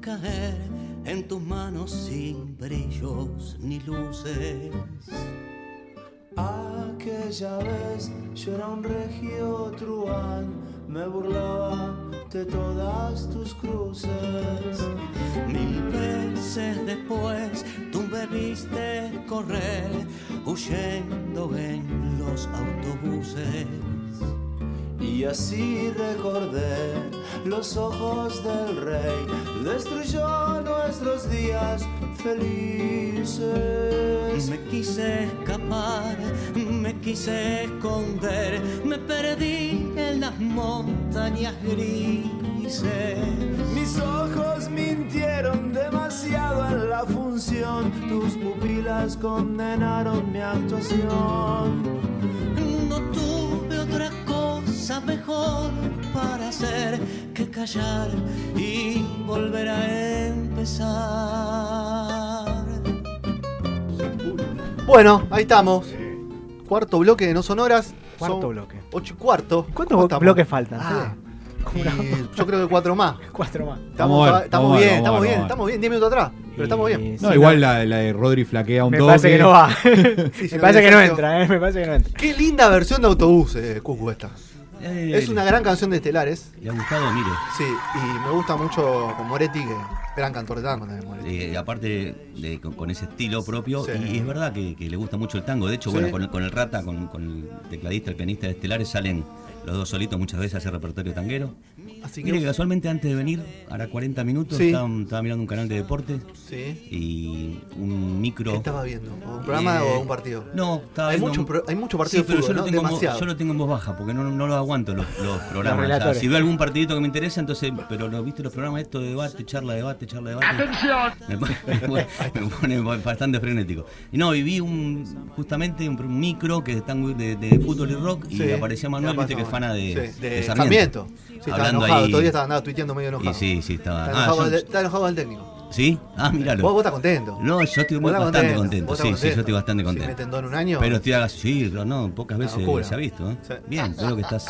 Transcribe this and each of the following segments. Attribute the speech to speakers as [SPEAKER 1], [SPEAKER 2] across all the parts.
[SPEAKER 1] caer en tus manos sin brillos ni luces.
[SPEAKER 2] Aquella vez yo era un regio truán, me burlaba de todas tus cruces.
[SPEAKER 1] Mil veces después tú me viste correr, huyendo en los autobuses.
[SPEAKER 2] Y así recordé los ojos del rey, destruyó nuestros días felices.
[SPEAKER 1] Me quise escapar, me quise esconder, me perdí en las montañas grises.
[SPEAKER 2] Mis ojos mintieron demasiado en la función, tus pupilas condenaron mi actuación.
[SPEAKER 1] No tuve otra cosa mejor para hacer que callar y volver a empezar.
[SPEAKER 3] Bueno, ahí estamos. Cuarto bloque de No Sonoras.
[SPEAKER 4] Cuarto
[SPEAKER 3] Son
[SPEAKER 4] bloque.
[SPEAKER 3] Ocho y cuarto.
[SPEAKER 4] ¿Cuántos
[SPEAKER 3] ¿Cómo estamos?
[SPEAKER 4] bloques faltan?
[SPEAKER 3] Ah, eh, yo creo que cuatro más.
[SPEAKER 4] Cuatro más.
[SPEAKER 3] Estamos,
[SPEAKER 5] Vamos a ver,
[SPEAKER 3] estamos
[SPEAKER 5] vamos
[SPEAKER 3] bien,
[SPEAKER 5] a ver, vamos
[SPEAKER 3] estamos
[SPEAKER 5] a ver,
[SPEAKER 3] bien,
[SPEAKER 5] vamos a
[SPEAKER 3] estamos bien. Diez minutos atrás, pero estamos bien.
[SPEAKER 4] Y
[SPEAKER 5] No,
[SPEAKER 4] si
[SPEAKER 5] igual la, la de Rodri flaquea un
[SPEAKER 4] Me
[SPEAKER 5] toque.
[SPEAKER 4] parece que no va.
[SPEAKER 3] Sí, sí,
[SPEAKER 4] me parece que no
[SPEAKER 3] yo-
[SPEAKER 4] entra, eh. Me parece que no entra.
[SPEAKER 3] Qué linda versión de autobús, eh, Cusco esta.
[SPEAKER 6] Eh,
[SPEAKER 3] Es una gran canción de Estelares.
[SPEAKER 6] Le ha gustado, mire.
[SPEAKER 3] Sí, y me gusta mucho con Moretti, que gran cantor de tango también Moretti.
[SPEAKER 6] Eh, aparte de- con, con ese estilo propio,
[SPEAKER 3] Sí.
[SPEAKER 6] y es verdad que, que le gusta mucho el tango. De hecho,
[SPEAKER 3] Sí.
[SPEAKER 6] bueno, con, el- con el Rata, con, con el tecladista, el pianista de Estelares, salen los dos solitos muchas veces a hacer repertorio tanguero.
[SPEAKER 3] Así
[SPEAKER 6] Mire que
[SPEAKER 3] que.
[SPEAKER 6] casualmente antes de venir, ahora 40 minutos,
[SPEAKER 3] Sí.
[SPEAKER 6] estaban- estaba, mirando un canal de deportes
[SPEAKER 3] Sí.
[SPEAKER 6] y un
[SPEAKER 3] ¿Qué
[SPEAKER 6] micro.
[SPEAKER 3] estaba viendo? ¿Un programa
[SPEAKER 6] Eh,
[SPEAKER 3] o un partido?
[SPEAKER 6] No, estaba
[SPEAKER 3] Hay
[SPEAKER 6] viendo
[SPEAKER 3] mucho
[SPEAKER 6] un-
[SPEAKER 3] pro- hay mucho partido
[SPEAKER 6] Sí,
[SPEAKER 3] de
[SPEAKER 6] pero
[SPEAKER 3] fútbol,
[SPEAKER 6] yo, lo
[SPEAKER 3] ¿no?
[SPEAKER 6] tengo en voz-
[SPEAKER 3] Demasiado.
[SPEAKER 6] yo lo tengo en voz baja porque no, no lo aguanto los, los programas. O sea,
[SPEAKER 4] relatores.
[SPEAKER 6] si veo algún partidito que me interesa, entonces, pero no viste los programas estos de debate, charla, debate, charla, debate. Me, pone- me pone- me pone bastante frenético. Y no, viví un, justamente un, un micro que es tango de, de fútbol y rock y
[SPEAKER 3] Sí,
[SPEAKER 6] aparecía Manuel,
[SPEAKER 3] ya
[SPEAKER 6] viste que es
[SPEAKER 3] pasó,
[SPEAKER 6] fana
[SPEAKER 3] sí,
[SPEAKER 6] de,
[SPEAKER 3] de
[SPEAKER 6] de
[SPEAKER 3] Sarmiento. Sí, estaba
[SPEAKER 6] Hablando
[SPEAKER 3] enojado,
[SPEAKER 6] ahí-
[SPEAKER 3] todavía estaba andando tuiteando medio enojado.
[SPEAKER 6] Y sí, sí, estaba.
[SPEAKER 3] Está
[SPEAKER 6] Ah,
[SPEAKER 3] enojado,
[SPEAKER 6] yo-
[SPEAKER 3] el- está enojado el técnico.
[SPEAKER 6] ¿Sí? Ah,
[SPEAKER 3] Vos, vos
[SPEAKER 6] míralo.
[SPEAKER 3] estás contento.
[SPEAKER 6] No, yo estoy
[SPEAKER 3] Vos
[SPEAKER 6] muy-
[SPEAKER 3] estás
[SPEAKER 6] bastante contento.
[SPEAKER 3] vos
[SPEAKER 6] Sí,
[SPEAKER 3] estás
[SPEAKER 6] sí, yo estoy bastante
[SPEAKER 3] Si meten
[SPEAKER 6] contento.
[SPEAKER 3] dos en un año,
[SPEAKER 6] Pero estoy hagas sí, no, no, pocas
[SPEAKER 3] Una
[SPEAKER 6] veces
[SPEAKER 3] locura.
[SPEAKER 6] se ha visto. ¿eh?
[SPEAKER 3] Sí.
[SPEAKER 6] Bien, creo que estás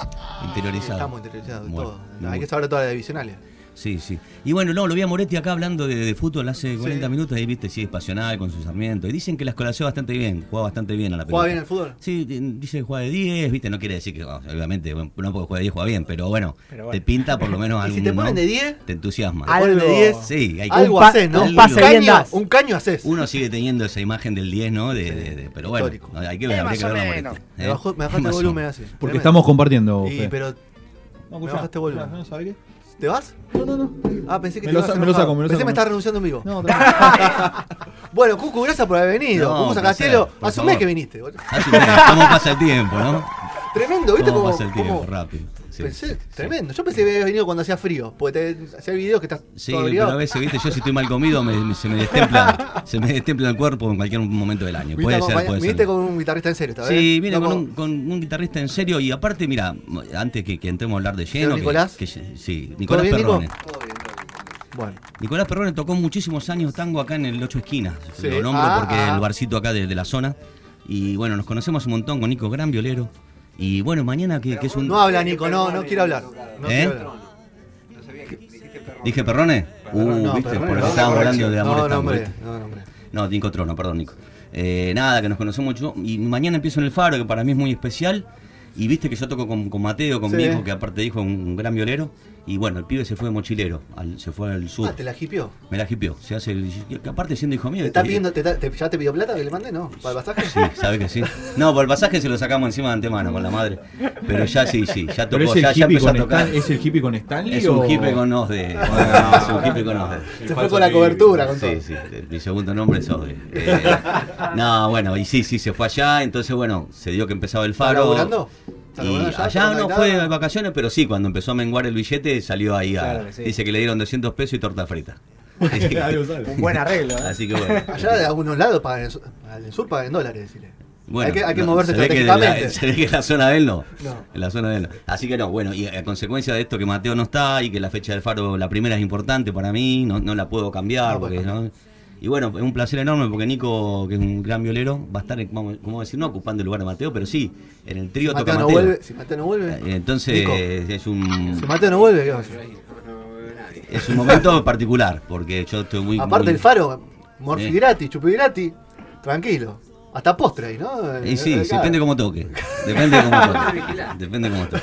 [SPEAKER 6] interiorizado.
[SPEAKER 3] estamos interesados en
[SPEAKER 6] Bueno,
[SPEAKER 3] todo.
[SPEAKER 6] muy
[SPEAKER 3] Hay
[SPEAKER 6] bueno.
[SPEAKER 3] que saber todas las divisionales.
[SPEAKER 6] Sí, sí. Y bueno, no, lo vi a Moretti acá hablando de, de fútbol hace 40
[SPEAKER 3] Sí.
[SPEAKER 6] minutos, ahí viste, sí, es pasional con su Sarmiento. Y dicen que la escolació bastante bien, juega bastante bien a la pelota.
[SPEAKER 3] ¿Juega bien el fútbol?
[SPEAKER 6] Sí, di- dice que juega de 10, viste, no quiere decir que, bueno, obviamente, bueno, no porque juega de 10 juega bien, pero bueno,
[SPEAKER 4] Pero bueno.
[SPEAKER 6] te pinta por lo menos
[SPEAKER 3] Y
[SPEAKER 6] algún
[SPEAKER 3] si te ponen
[SPEAKER 6] ¿no?
[SPEAKER 3] de 10,
[SPEAKER 6] te entusiasma.
[SPEAKER 4] Algo-
[SPEAKER 3] ponen de 10,
[SPEAKER 6] Sí, hay
[SPEAKER 3] algo
[SPEAKER 4] Un pa-
[SPEAKER 3] haces, ¿no?
[SPEAKER 6] un pase
[SPEAKER 4] bien
[SPEAKER 3] caño,
[SPEAKER 4] das.
[SPEAKER 3] Un caño haces.
[SPEAKER 6] Uno sigue teniendo esa imagen del 10, ¿no? De, de- de- pero bueno,
[SPEAKER 3] Histórico.
[SPEAKER 6] hay que ver, habría que verlo a Moretti.
[SPEAKER 3] Me,
[SPEAKER 6] ¿eh?
[SPEAKER 3] bajó, me bajaste
[SPEAKER 6] Más
[SPEAKER 3] el
[SPEAKER 6] o
[SPEAKER 3] volumen
[SPEAKER 6] menos.
[SPEAKER 3] así.
[SPEAKER 5] Porque
[SPEAKER 3] Tremendo.
[SPEAKER 5] estamos compartiendo.
[SPEAKER 3] Y,
[SPEAKER 5] Fe.
[SPEAKER 3] pero,
[SPEAKER 5] No,
[SPEAKER 3] me
[SPEAKER 5] escuchá.
[SPEAKER 3] bajaste volumen.
[SPEAKER 5] Hola, ¿no sabés
[SPEAKER 3] ¿te vas?
[SPEAKER 5] qué? No, no, no.
[SPEAKER 3] Ah, pensé que
[SPEAKER 5] Me
[SPEAKER 3] te
[SPEAKER 5] lo
[SPEAKER 3] ibas
[SPEAKER 5] sa- me lo
[SPEAKER 3] enojado.
[SPEAKER 5] saco, me lo
[SPEAKER 3] Pensé me
[SPEAKER 5] saco, me lo
[SPEAKER 3] estabas renunciando en vivo.
[SPEAKER 5] No, tranquilo.
[SPEAKER 3] Bueno, Cucu, gracias por haber venido.
[SPEAKER 6] No,
[SPEAKER 3] Cucu
[SPEAKER 6] un
[SPEAKER 3] Sacastelo,
[SPEAKER 6] placer, por
[SPEAKER 3] hace un mes
[SPEAKER 6] favor.
[SPEAKER 3] que viniste. boludo.
[SPEAKER 6] Así que, ¿Cómo pasa el tiempo, no?
[SPEAKER 3] Tremendo, ¿viste
[SPEAKER 6] ¿Cómo
[SPEAKER 3] cómo-
[SPEAKER 6] pasa el tiempo?
[SPEAKER 3] cómo-
[SPEAKER 6] Rápido. Sí.
[SPEAKER 3] Pensé,
[SPEAKER 6] Sí.
[SPEAKER 3] tremendo. Yo pensé que habías venido cuando hacía frío, porque te, hacía videos que estás
[SPEAKER 6] Sí,
[SPEAKER 3] todo
[SPEAKER 6] pero
[SPEAKER 3] abrigado.
[SPEAKER 6] a veces, viste, yo si estoy mal comido me- me- se me destempla, se me destempla el cuerpo en cualquier momento del año.
[SPEAKER 3] Viniste
[SPEAKER 6] Puede ser,
[SPEAKER 3] acompaña-
[SPEAKER 6] puede
[SPEAKER 3] viniste
[SPEAKER 6] ser.
[SPEAKER 3] con un guitarrista en serio, esta vez.
[SPEAKER 6] Sí, viene
[SPEAKER 3] No,
[SPEAKER 6] con un, con un guitarrista en serio y aparte, mira, antes que, que entremos a hablar de lleno, que-
[SPEAKER 3] Nicolás?
[SPEAKER 6] que- sí, Nicolás
[SPEAKER 3] bien, Nico?
[SPEAKER 6] Perrone.
[SPEAKER 3] Bueno,
[SPEAKER 6] Nicolás Perrone tocó muchísimos años tango acá en el Ocho Esquinas.
[SPEAKER 3] Sí.
[SPEAKER 6] Lo nombro
[SPEAKER 3] Ah,
[SPEAKER 6] porque
[SPEAKER 3] ah.
[SPEAKER 6] es el barcito acá de, de la zona. Y bueno, nos conocemos un montón con Nico, gran violero. Y bueno, mañana que, que es un...
[SPEAKER 3] no habla Nico, no, no quiero hablar. No
[SPEAKER 6] ¿Eh?
[SPEAKER 3] quiero hablar.
[SPEAKER 6] ¿Dije Perrone? Uh,
[SPEAKER 3] No,
[SPEAKER 6] viste,
[SPEAKER 3] Perrone,
[SPEAKER 6] por eso
[SPEAKER 3] no,
[SPEAKER 6] estábamos
[SPEAKER 3] Perrone,
[SPEAKER 6] hablando de amor
[SPEAKER 3] no, no,
[SPEAKER 6] tango.
[SPEAKER 3] hombre,
[SPEAKER 6] ¿viste?
[SPEAKER 3] no, no, hombre.
[SPEAKER 6] No, Nico Trono, perdón, Nico. Eh, nada, que nos conocemos mucho. Y mañana empiezo en el Faro, que para mí es muy especial. Y viste que yo toco con, con Mateo, con
[SPEAKER 3] Sí.
[SPEAKER 6] mi hijo, que aparte dijo un, un gran violero. Y bueno, el pibe se fue de mochilero, al- se fue al sur.
[SPEAKER 3] Ah, te la hipió.
[SPEAKER 6] Me la hipió. Se hace el- que aparte siendo hijo mío.
[SPEAKER 3] ¿Te está
[SPEAKER 6] este-
[SPEAKER 3] pidiendo, te, está- te- ¿Ya te pidió plata que le mande? No, para el pasaje.
[SPEAKER 6] Sí, sabe que sí. No, por el pasaje se lo sacamos encima de antemano con la madre. Pero ya sí, sí, ya
[SPEAKER 5] Pero
[SPEAKER 6] tocó,
[SPEAKER 5] es el
[SPEAKER 6] ya, ya
[SPEAKER 5] hippie
[SPEAKER 6] empezó a
[SPEAKER 5] con
[SPEAKER 6] tocar.
[SPEAKER 5] Stan- ¿Es el hippie con Stanley?
[SPEAKER 6] Es un
[SPEAKER 5] o-
[SPEAKER 6] hippie con Osde. Es un hippie con Osde.
[SPEAKER 5] El
[SPEAKER 3] Se fue
[SPEAKER 5] falso
[SPEAKER 3] con la
[SPEAKER 5] hippie.
[SPEAKER 3] cobertura, con
[SPEAKER 6] Sí,
[SPEAKER 3] todo.
[SPEAKER 6] sí, eh, mi segundo nombre es Ode. Eh, no, bueno, y sí, sí, se fue allá, entonces bueno, se dio que empezaba el
[SPEAKER 3] ¿Está
[SPEAKER 6] faro.
[SPEAKER 3] laburando? ¿Está
[SPEAKER 6] Y
[SPEAKER 3] laburando allá?
[SPEAKER 6] allá
[SPEAKER 3] ¿Está
[SPEAKER 6] no
[SPEAKER 3] conectado?
[SPEAKER 6] fue de vacaciones, pero sí, cuando empezó a menguar el billete salió ahí a...
[SPEAKER 4] Claro que sí.
[SPEAKER 6] Dice que le dieron 200 pesos y torta frita. Así
[SPEAKER 5] Algo
[SPEAKER 6] que,
[SPEAKER 5] sabe.
[SPEAKER 4] Un buen arreglo, ¿eh?
[SPEAKER 6] así que bueno.
[SPEAKER 3] Ah. Allá de algunos lados pagan en, su- al sur pagan en dólares, decirle.
[SPEAKER 6] Bueno,
[SPEAKER 3] hay que, hay que
[SPEAKER 6] no,
[SPEAKER 3] moverse
[SPEAKER 6] se ve que de
[SPEAKER 3] estratégicamente.
[SPEAKER 6] la- se ve que en la zona de él no.
[SPEAKER 3] No.
[SPEAKER 6] En la zona de él no. Así que no, bueno, y a consecuencia de esto que Mateo no está y que la fecha del faro, la primera es importante para mí, no, no la puedo cambiar.
[SPEAKER 3] No puede
[SPEAKER 6] porque, ¿no? Y bueno, es un placer enorme porque Nico, que es un gran violero, va a estar, vamos, ¿cómo decir? No ocupando el lugar de Mateo, pero sí, en el trío toca
[SPEAKER 3] Mateo no
[SPEAKER 6] Mateo.
[SPEAKER 3] vuelve, si Mateo no vuelve.
[SPEAKER 6] Eh, Entonces
[SPEAKER 3] Nico,
[SPEAKER 6] es un...
[SPEAKER 3] si Mateo no vuelve, ¿qué va a hacer?
[SPEAKER 6] es un momento particular, porque yo estoy muy.
[SPEAKER 3] Aparte
[SPEAKER 6] muy-
[SPEAKER 3] el faro, morfi
[SPEAKER 6] Eh.
[SPEAKER 3] gratis, chupi gratis, tranquilo. Hasta postre ahí, ¿no?
[SPEAKER 6] Y sí,
[SPEAKER 3] Eh,
[SPEAKER 6] sí, depende cómo toque. Depende cómo toque. depende cómo toque.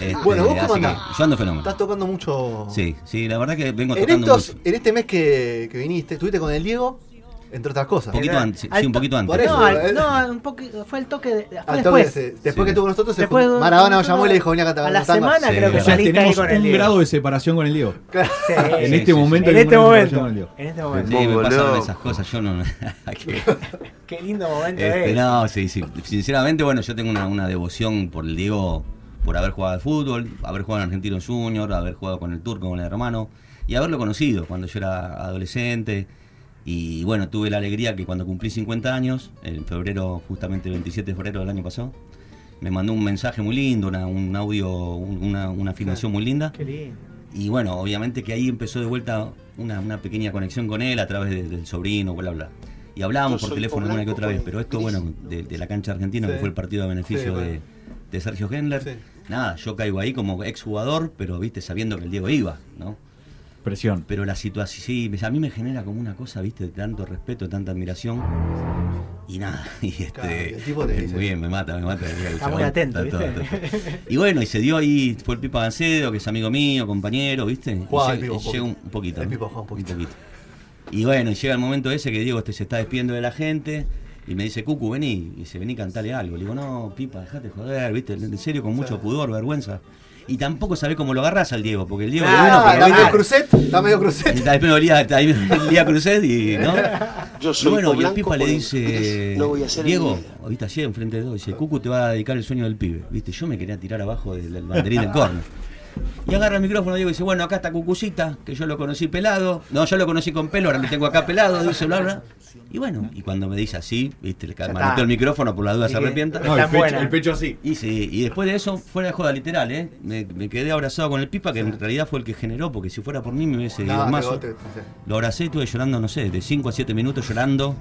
[SPEAKER 6] Este,
[SPEAKER 3] Bueno, ¿vos cómo
[SPEAKER 6] así que
[SPEAKER 3] andás?
[SPEAKER 6] Yo ando fenómeno.
[SPEAKER 3] Estás tocando mucho.
[SPEAKER 6] Sí, sí, la verdad que vengo
[SPEAKER 3] En,
[SPEAKER 6] tocando
[SPEAKER 3] estos,
[SPEAKER 6] mucho.
[SPEAKER 3] en este mes que, que viniste, estuviste con el Diego, entre otras cosas.
[SPEAKER 6] Un poquito
[SPEAKER 7] Era-
[SPEAKER 6] antes, sí,
[SPEAKER 7] al
[SPEAKER 6] un
[SPEAKER 7] to-
[SPEAKER 6] poquito antes.
[SPEAKER 3] por eso,
[SPEAKER 7] No, al-
[SPEAKER 3] eh.
[SPEAKER 7] no, un poquito, fue el toque de, fue
[SPEAKER 3] Al toque
[SPEAKER 7] después.
[SPEAKER 3] ese- después
[SPEAKER 6] Sí.
[SPEAKER 3] que estuvo con nosotros, se
[SPEAKER 7] Después
[SPEAKER 3] fue-
[SPEAKER 7] de-
[SPEAKER 3] Maradona nos llamó y le dijo, venía acá
[SPEAKER 7] A la semana
[SPEAKER 6] Sí,
[SPEAKER 7] creo que
[SPEAKER 6] verdad.
[SPEAKER 5] Ya
[SPEAKER 7] saliste ahí
[SPEAKER 5] tenemos
[SPEAKER 7] con el
[SPEAKER 5] un
[SPEAKER 7] Diego.
[SPEAKER 5] grado de separación con el Diego.
[SPEAKER 7] Sí.
[SPEAKER 5] En
[SPEAKER 6] Sí,
[SPEAKER 5] este
[SPEAKER 6] sí,
[SPEAKER 5] momento.
[SPEAKER 7] en
[SPEAKER 5] tenemos
[SPEAKER 7] este
[SPEAKER 5] una separación
[SPEAKER 7] momento.
[SPEAKER 5] con el Diego.
[SPEAKER 7] En este
[SPEAKER 6] Sí,
[SPEAKER 7] momento.
[SPEAKER 6] me
[SPEAKER 2] Mongo,
[SPEAKER 6] pasaron
[SPEAKER 2] loco.
[SPEAKER 6] esas cosas, yo no. que-
[SPEAKER 7] Qué lindo momento
[SPEAKER 6] Este,
[SPEAKER 7] es.
[SPEAKER 6] no, sí, sí. Sinceramente, bueno, yo tengo una, una devoción por el Diego, por haber jugado al fútbol, haber jugado en Argentino Junior, haber jugado con el turco, con el hermano, y haberlo conocido cuando yo era adolescente. Y bueno, tuve la alegría que cuando cumplí 50 años, en febrero, justamente el 27 de febrero del año pasado, me mandó un mensaje muy lindo, una- un audio, un- una, una afirmación muy linda.
[SPEAKER 7] Qué lindo.
[SPEAKER 6] Y bueno, obviamente que ahí empezó de vuelta una, una pequeña conexión con él a través de- del sobrino, bla, bla. Y hablábamos por teléfono alguna que otra vez, pero esto, bueno, de, de la cancha argentina,
[SPEAKER 3] Sí.
[SPEAKER 6] que fue el partido de
[SPEAKER 3] Sí,
[SPEAKER 6] beneficio
[SPEAKER 3] bueno.
[SPEAKER 6] de, de Sergio Hendler,
[SPEAKER 3] Sí.
[SPEAKER 6] nada, yo caigo ahí como exjugador, pero viste, sabiendo que el Diego iba, ¿no?
[SPEAKER 5] Presión.
[SPEAKER 6] Pero la situación, sí, me- a mí me genera como una cosa, viste, de tanto respeto, tanta admiración. Y nada, y este.
[SPEAKER 3] Claro, el tipo te
[SPEAKER 6] eh,
[SPEAKER 3] dice.
[SPEAKER 6] muy bien, me mata, me mata. el chabón,
[SPEAKER 7] muy atento,
[SPEAKER 6] está todo,
[SPEAKER 7] ¿viste?
[SPEAKER 6] todo, todo. Y bueno, y se dio ahí, fue el Pipa Gancedo, que es amigo mío, compañero, viste. Y
[SPEAKER 3] Jugaba
[SPEAKER 6] llega-
[SPEAKER 3] el Pipa un
[SPEAKER 6] y llega un
[SPEAKER 3] poquito.
[SPEAKER 6] poquito.
[SPEAKER 3] El
[SPEAKER 6] ¿no?
[SPEAKER 3] Pipa jugaba un poquito.
[SPEAKER 6] Y bueno, y llega el momento ese que Diego este, se está despidiendo de la gente. Y me dice, Cucu, vení. Y dice, vení, cantale algo. Le digo, no, Pipa, dejate joder, viste, en serio, con mucho pudor, vergüenza. Y tampoco sabés cómo lo agarrás al Diego, porque el Diego...
[SPEAKER 3] Ah,
[SPEAKER 6] de uno, pero
[SPEAKER 3] está
[SPEAKER 6] viste,
[SPEAKER 3] medio crucet, está medio crucet.
[SPEAKER 6] Está después olía, está ahí olía Cruzet y, ¿no?
[SPEAKER 2] Yo
[SPEAKER 6] Y
[SPEAKER 2] soy
[SPEAKER 6] bueno, y el
[SPEAKER 2] blanco
[SPEAKER 6] Pipa le
[SPEAKER 2] por
[SPEAKER 6] dice,
[SPEAKER 2] inglés, no voy a hacer
[SPEAKER 6] Diego,
[SPEAKER 2] mi vida".
[SPEAKER 6] ahorita allí enfrente de dos, dice, Cucu te va a dedicar el sueño del pibe. Viste, yo me quería tirar abajo del, del banderín del corner. Y agarra el micrófono Diego y dice, bueno, acá está Cucucita, que yo lo conocí pelado. No, yo lo conocí con pelo, ahora lo tengo acá pelado, dice, bla, bla. Y bueno, y cuando me dice así, viste, le
[SPEAKER 7] está.
[SPEAKER 6] manoteo el micrófono por la duda
[SPEAKER 7] Y
[SPEAKER 6] se
[SPEAKER 7] que-
[SPEAKER 6] arrepienta.
[SPEAKER 7] No, el Tan pecho- buena. el
[SPEAKER 5] así.
[SPEAKER 6] Y sí, y después de eso, fuera de joda literal, ¿eh? Me, me quedé abrazado con el Pipa, que en realidad fue el que generó, porque si fuera por mí me hubiese ido
[SPEAKER 3] No,
[SPEAKER 6] más.
[SPEAKER 3] te- te- te-
[SPEAKER 6] Lo abracé y estuve llorando, no sé, de 5 a 7 minutos llorando.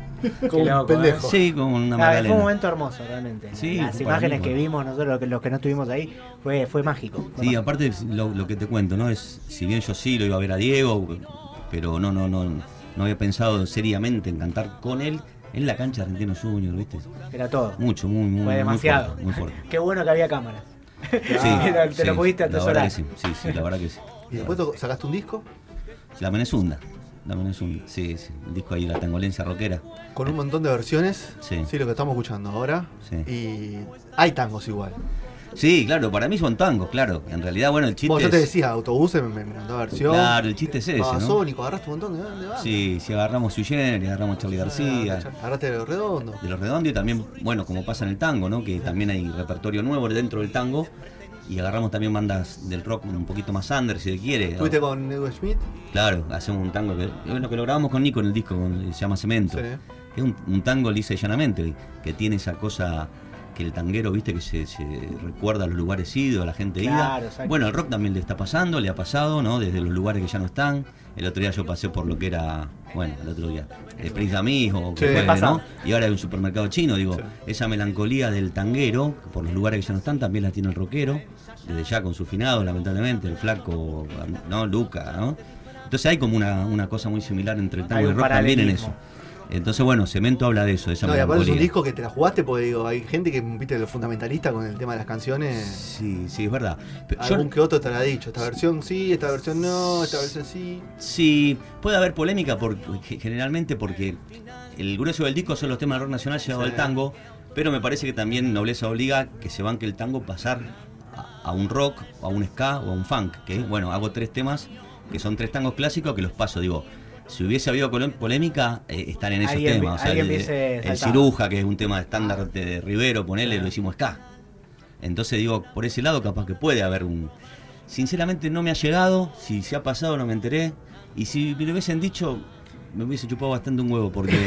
[SPEAKER 3] Como
[SPEAKER 7] loco,
[SPEAKER 3] un pendejo.
[SPEAKER 6] Sí, como una
[SPEAKER 7] Ah, fue un
[SPEAKER 6] magdalena.
[SPEAKER 7] momento hermoso realmente.
[SPEAKER 6] Sí,
[SPEAKER 7] Las
[SPEAKER 6] fue para
[SPEAKER 7] imágenes
[SPEAKER 6] mí,
[SPEAKER 7] que
[SPEAKER 6] bueno.
[SPEAKER 7] vimos nosotros, los que, los que no estuvimos ahí, fue, fue mágico. fue
[SPEAKER 6] Sí,
[SPEAKER 7] mágico.
[SPEAKER 6] aparte lo, lo que te cuento, ¿no? Es, si bien yo sí lo iba a ver a Diego, pero no, no, no, no había pensado seriamente en cantar con él en la cancha de Argentino Junior, ¿viste?
[SPEAKER 7] Era todo.
[SPEAKER 6] Mucho, muy, muy,
[SPEAKER 7] fue
[SPEAKER 6] muy
[SPEAKER 7] demasiado.
[SPEAKER 6] fuerte, muy fuerte.
[SPEAKER 7] Qué bueno que había cámaras.
[SPEAKER 6] Sí,
[SPEAKER 7] Te lo- te lo
[SPEAKER 6] sí,
[SPEAKER 7] pudiste
[SPEAKER 6] La verdad
[SPEAKER 7] atesorar.
[SPEAKER 6] que sí, sí, sí, la verdad que sí.
[SPEAKER 3] Y después to- sacaste un disco
[SPEAKER 6] La Menezunda. La Menezunda, sí, sí. El disco ahí, La Tangolencia Rockera.
[SPEAKER 3] con un montón de versiones.
[SPEAKER 6] Sí.
[SPEAKER 3] lo que estamos escuchando ahora.
[SPEAKER 6] Sí.
[SPEAKER 3] Y hay tangos igual.
[SPEAKER 6] Sí, claro, para mí son tangos, claro. En realidad, bueno, el chiste
[SPEAKER 3] Vos, yo te
[SPEAKER 6] es-
[SPEAKER 3] decía, autobuses, me, me encantó versión.
[SPEAKER 6] Claro, el chiste es ese, ¿no?
[SPEAKER 3] Babasónico, Ah, agarraste un montón de dónde va.
[SPEAKER 6] Sí, si agarramos Sui Generis, agarramos Charlie García,
[SPEAKER 3] Agarraste lo redondo.
[SPEAKER 6] de los redondos y también, bueno, como pasa en el tango, ¿no? Que también hay repertorio nuevo dentro del tango. Y agarramos también bandas del rock un poquito más under, si se quiere.
[SPEAKER 3] Estuviste con Edward Schmidt.
[SPEAKER 6] Claro, hacemos un tango que, bueno, que lo grabamos con Nico en el disco, con- se llama Cemento.
[SPEAKER 3] Sí.
[SPEAKER 6] Es un, un tango lisa y llanamente, que tiene esa cosa que el tanguero, viste, que se, se recuerda a los lugares idos, a la gente
[SPEAKER 7] Claro,
[SPEAKER 6] ida.
[SPEAKER 7] exacto.
[SPEAKER 6] Bueno, el rock también le está pasando, le ha pasado, ¿no? Desde los lugares que ya no están. El otro día yo pasé por lo que era, bueno, el otro día, el Prince Amis o
[SPEAKER 3] Sí.
[SPEAKER 6] que fue,
[SPEAKER 7] Pasa.
[SPEAKER 6] ¿no? Y ahora hay un supermercado chino, digo, esa melancolía del tanguero, que por los lugares que ya no están, también la tiene el rockero, desde ya con su finado, lamentablemente, el flaco, ¿no? Luca, ¿no? Entonces hay como una, una cosa muy similar entre el tango
[SPEAKER 7] Hay
[SPEAKER 6] y el
[SPEAKER 7] un
[SPEAKER 6] rock también en eso.
[SPEAKER 7] paralelismo.
[SPEAKER 6] Entonces, bueno, Cemento habla de eso, de esa
[SPEAKER 3] No, y aparte es un
[SPEAKER 6] melancolía.
[SPEAKER 3] disco que te la jugaste porque digo, hay gente que viste lo fundamentalista con el tema de las canciones.
[SPEAKER 6] Sí, sí, es verdad. Pero yo-
[SPEAKER 3] Algún que otro te lo ha dicho. Esta versión sí, esta versión no, esta versión sí.
[SPEAKER 6] Sí, puede haber polémica por, generalmente porque el grueso del disco son los temas de rock nacional llevados al tango, pero me parece que también nobleza obliga que se banque el tango pasar a, a un rock, a un ska o a un funk. Que bueno, hago tres temas que son tres tangos clásicos que los paso, digo. Si hubiese habido colo- polémica, eh, están en esos
[SPEAKER 7] Alguien vi-
[SPEAKER 6] temas. O sea,
[SPEAKER 7] alguien
[SPEAKER 6] el,
[SPEAKER 7] hubiese
[SPEAKER 6] el
[SPEAKER 7] saltado. Ah.
[SPEAKER 6] ciruja, que es un tema estándar de Rivero, ponele, lo hicimos ska. Entonces digo, por ese lado capaz que puede haber un... Sinceramente no me ha llegado, si se ha pasado no me enteré, y si me lo hubiesen dicho, me hubiese chupado bastante un huevo, porque,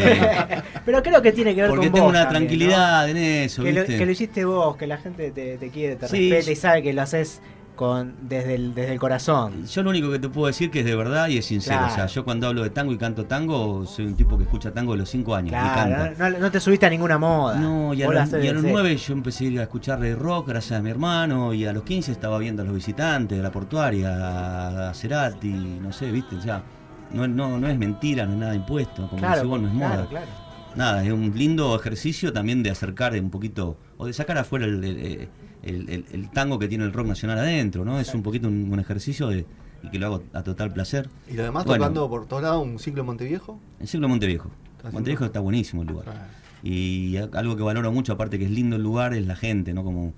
[SPEAKER 7] Pero creo que tiene que ver
[SPEAKER 6] porque
[SPEAKER 7] con
[SPEAKER 6] tengo
[SPEAKER 7] vos
[SPEAKER 6] una
[SPEAKER 7] también, ¿no?
[SPEAKER 6] tranquilidad en eso,
[SPEAKER 7] Que lo,
[SPEAKER 6] ¿viste?
[SPEAKER 7] que lo hiciste vos, que la gente te, te quiere, te
[SPEAKER 6] Sí,
[SPEAKER 7] respeta
[SPEAKER 6] sí.
[SPEAKER 7] y sabe que lo haces con desde el, desde el corazón.
[SPEAKER 6] Yo lo único que te puedo decir que es de verdad y es sincero.
[SPEAKER 7] Claro.
[SPEAKER 6] O sea, yo cuando hablo de tango y canto tango, soy un tipo que escucha tango de los 5 años y canta.
[SPEAKER 7] Claro, no, no- no te subiste a ninguna moda.
[SPEAKER 6] No, y a,
[SPEAKER 7] Vos la
[SPEAKER 6] los,
[SPEAKER 7] haces
[SPEAKER 6] y a los
[SPEAKER 7] desde-
[SPEAKER 6] nueve yo empecé a ir a escuchar de rock gracias a mi hermano y a los 15 estaba viendo a los visitantes, a la portuaria, a Cerati, no sé, viste, o sea, no, no, no es mentira, no es nada impuesto, como
[SPEAKER 7] Claro,
[SPEAKER 6] decís vos, no es
[SPEAKER 7] claro,
[SPEAKER 6] moda.
[SPEAKER 7] claro.
[SPEAKER 6] Nada, es un lindo ejercicio también de acercar un poquito, o de sacar afuera el, el- el- el- el tango que tiene el rock nacional adentro, ¿no? Es un poquito un, un ejercicio de, y que lo hago a total placer.
[SPEAKER 3] Y lo demás
[SPEAKER 6] Bueno.
[SPEAKER 3] tocando por todos lados un ciclo en Monteviejo.
[SPEAKER 6] El ciclo de Monteviejo.
[SPEAKER 3] Está
[SPEAKER 6] Monteviejo
[SPEAKER 3] haciendo-
[SPEAKER 6] está buenísimo el lugar.
[SPEAKER 3] Claro.
[SPEAKER 6] Y a- algo que valoro mucho, aparte que es lindo el lugar, es la gente, ¿no? Como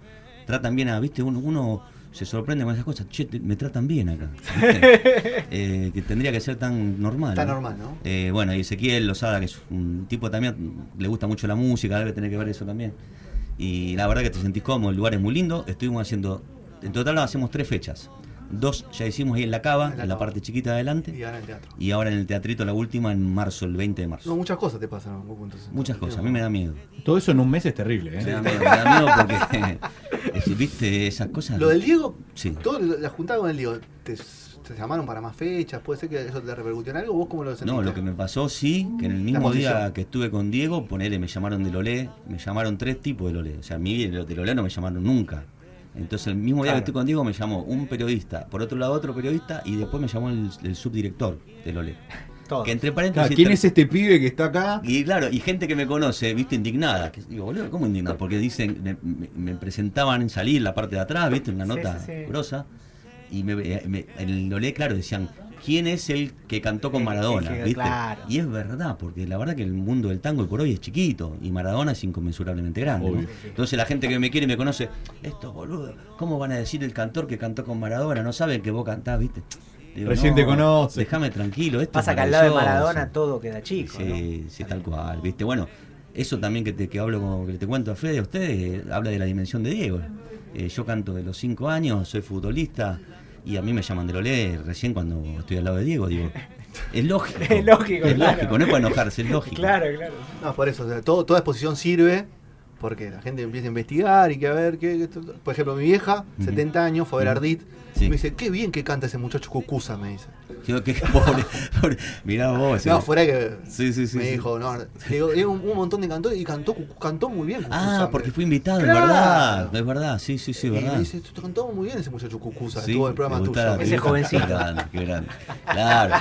[SPEAKER 6] tratan bien a, viste, uno, uno se sorprende con esas cosas, che, te- me tratan bien acá. Eh, que tendría que ser tan normal.
[SPEAKER 3] Está
[SPEAKER 6] ¿no?
[SPEAKER 3] normal, ¿no?
[SPEAKER 6] Eh, bueno, y Ezequiel Lozada, que es un tipo también, le gusta mucho la música, debe tener que ver eso también. Y la verdad que te sentís cómodo, el lugar es muy lindo. Estuvimos haciendo, en total hacemos tres fechas. Dos ya hicimos ahí en la cava,
[SPEAKER 3] En
[SPEAKER 6] en
[SPEAKER 3] la
[SPEAKER 6] la,
[SPEAKER 3] Cava.
[SPEAKER 6] parte chiquita de adelante.
[SPEAKER 3] Y ahora en teatro.
[SPEAKER 6] Y ahora en el teatrito la última en marzo, el 20 de marzo.
[SPEAKER 3] No, muchas cosas te pasan, Goku, entonces.
[SPEAKER 6] Muchas cosas, a mí me da miedo.
[SPEAKER 5] Todo eso en un mes es terrible, ¿eh?
[SPEAKER 6] Me da miedo, me da miedo porque, es- viste, esas cosas...
[SPEAKER 3] Lo del Diego,
[SPEAKER 6] Sí.
[SPEAKER 3] todo lo- la juntada con el Diego, ¿te, te llamaron para más fechas? ¿Puede ser que eso te repercutió en algo? ¿Vos cómo lo sentiste?
[SPEAKER 6] No, lo que me pasó sí, que en el mismo día
[SPEAKER 3] posición.
[SPEAKER 6] que estuve con Diego, ponele, me llamaron del Olé, me llamaron tres tipos del Olé. O sea, a mí de- del Olé no me llamaron nunca. Entonces, el mismo día que estuve con Diego, me llamó un periodista, por otro lado otro periodista, y después me llamó el, el subdirector del Olé.
[SPEAKER 7] Todo.
[SPEAKER 6] Que entre paréntesis...
[SPEAKER 5] Claro, ¿Quién
[SPEAKER 6] tra-
[SPEAKER 5] es este pibe que está acá?
[SPEAKER 6] Y claro, y gente que me conoce, viste, indignada. Que, digo, boludo, ¿cómo indignada? Porque dicen, me, me- me presentaban en salir la parte de atrás, viste, una
[SPEAKER 7] Sí,
[SPEAKER 6] nota
[SPEAKER 7] sí, sí.
[SPEAKER 6] grosa. Y me, eh, me- en el Olé, claro, decían, ¿quién es el que cantó con
[SPEAKER 7] El-
[SPEAKER 6] Maradona?
[SPEAKER 7] el que-
[SPEAKER 6] ¿viste?
[SPEAKER 7] claro.
[SPEAKER 6] Y es verdad, porque la verdad que el mundo del tango por hoy es chiquito y Maradona es inconmensurablemente grande. ¿no?
[SPEAKER 5] Obvio.
[SPEAKER 6] Entonces la gente que me quiere y me conoce, estos boludos, ¿cómo van a decir el cantor que cantó con Maradona? No saben que vos cantás, viste. Digo,
[SPEAKER 5] Recién te conoce.
[SPEAKER 6] Déjame tranquilo. Esto es
[SPEAKER 7] Pasa que al lado de
[SPEAKER 6] maravilloso.
[SPEAKER 7] Maradona todo queda chico.
[SPEAKER 6] Sí, sí, tal cual, viste. Bueno, eso también que te que hablo con- que te cuento a Fede, a ustedes, eh, habla de la dimensión de Diego. Eh, yo canto de los 5 años, soy futbolista y a mí me llaman de Lolé recién cuando estoy al lado de Diego, digo. Es lógico.
[SPEAKER 7] Es lógico,
[SPEAKER 6] es
[SPEAKER 7] claro.
[SPEAKER 6] lógico, no es para enojarse, es
[SPEAKER 7] ¿no?
[SPEAKER 6] lógico.
[SPEAKER 7] Claro, claro.
[SPEAKER 3] No, por eso, o sea, todo- toda exposición sirve porque la gente empieza a investigar y que a ver, que, esto- por ejemplo, mi vieja,
[SPEAKER 6] Ujú.
[SPEAKER 3] 70 años, fue a ver
[SPEAKER 6] Ujú.
[SPEAKER 3] Ardit,
[SPEAKER 6] Sí.
[SPEAKER 3] me dice, qué bien que canta ese muchacho Cucusa, me dice.
[SPEAKER 6] Digo, qué pobre, pobre. Mirá vos.
[SPEAKER 3] no,
[SPEAKER 6] eh.
[SPEAKER 3] fuera que
[SPEAKER 6] Sí, sí, sí,
[SPEAKER 3] me
[SPEAKER 6] sí.
[SPEAKER 3] dijo, no, le digo, "Es un, un montón de cantores y cantó, Cucu- cantó muy bien. Cucusa",
[SPEAKER 6] Ah,
[SPEAKER 3] me
[SPEAKER 6] porque
[SPEAKER 3] dice.
[SPEAKER 6] fui invitado,
[SPEAKER 3] Claro.
[SPEAKER 6] es verdad. Es verdad, sí, sí, sí, es
[SPEAKER 3] Y
[SPEAKER 6] verdad.
[SPEAKER 3] me dice, "Tú cantó muy bien ese muchacho Cucusa,
[SPEAKER 6] Sí,
[SPEAKER 3] estuvo en el
[SPEAKER 6] me
[SPEAKER 3] programa
[SPEAKER 6] gustaba,
[SPEAKER 3] tuyo.
[SPEAKER 6] me
[SPEAKER 7] Ese
[SPEAKER 6] gustaba.
[SPEAKER 7] jovencito.
[SPEAKER 6] Qué grande, qué grande. Claro.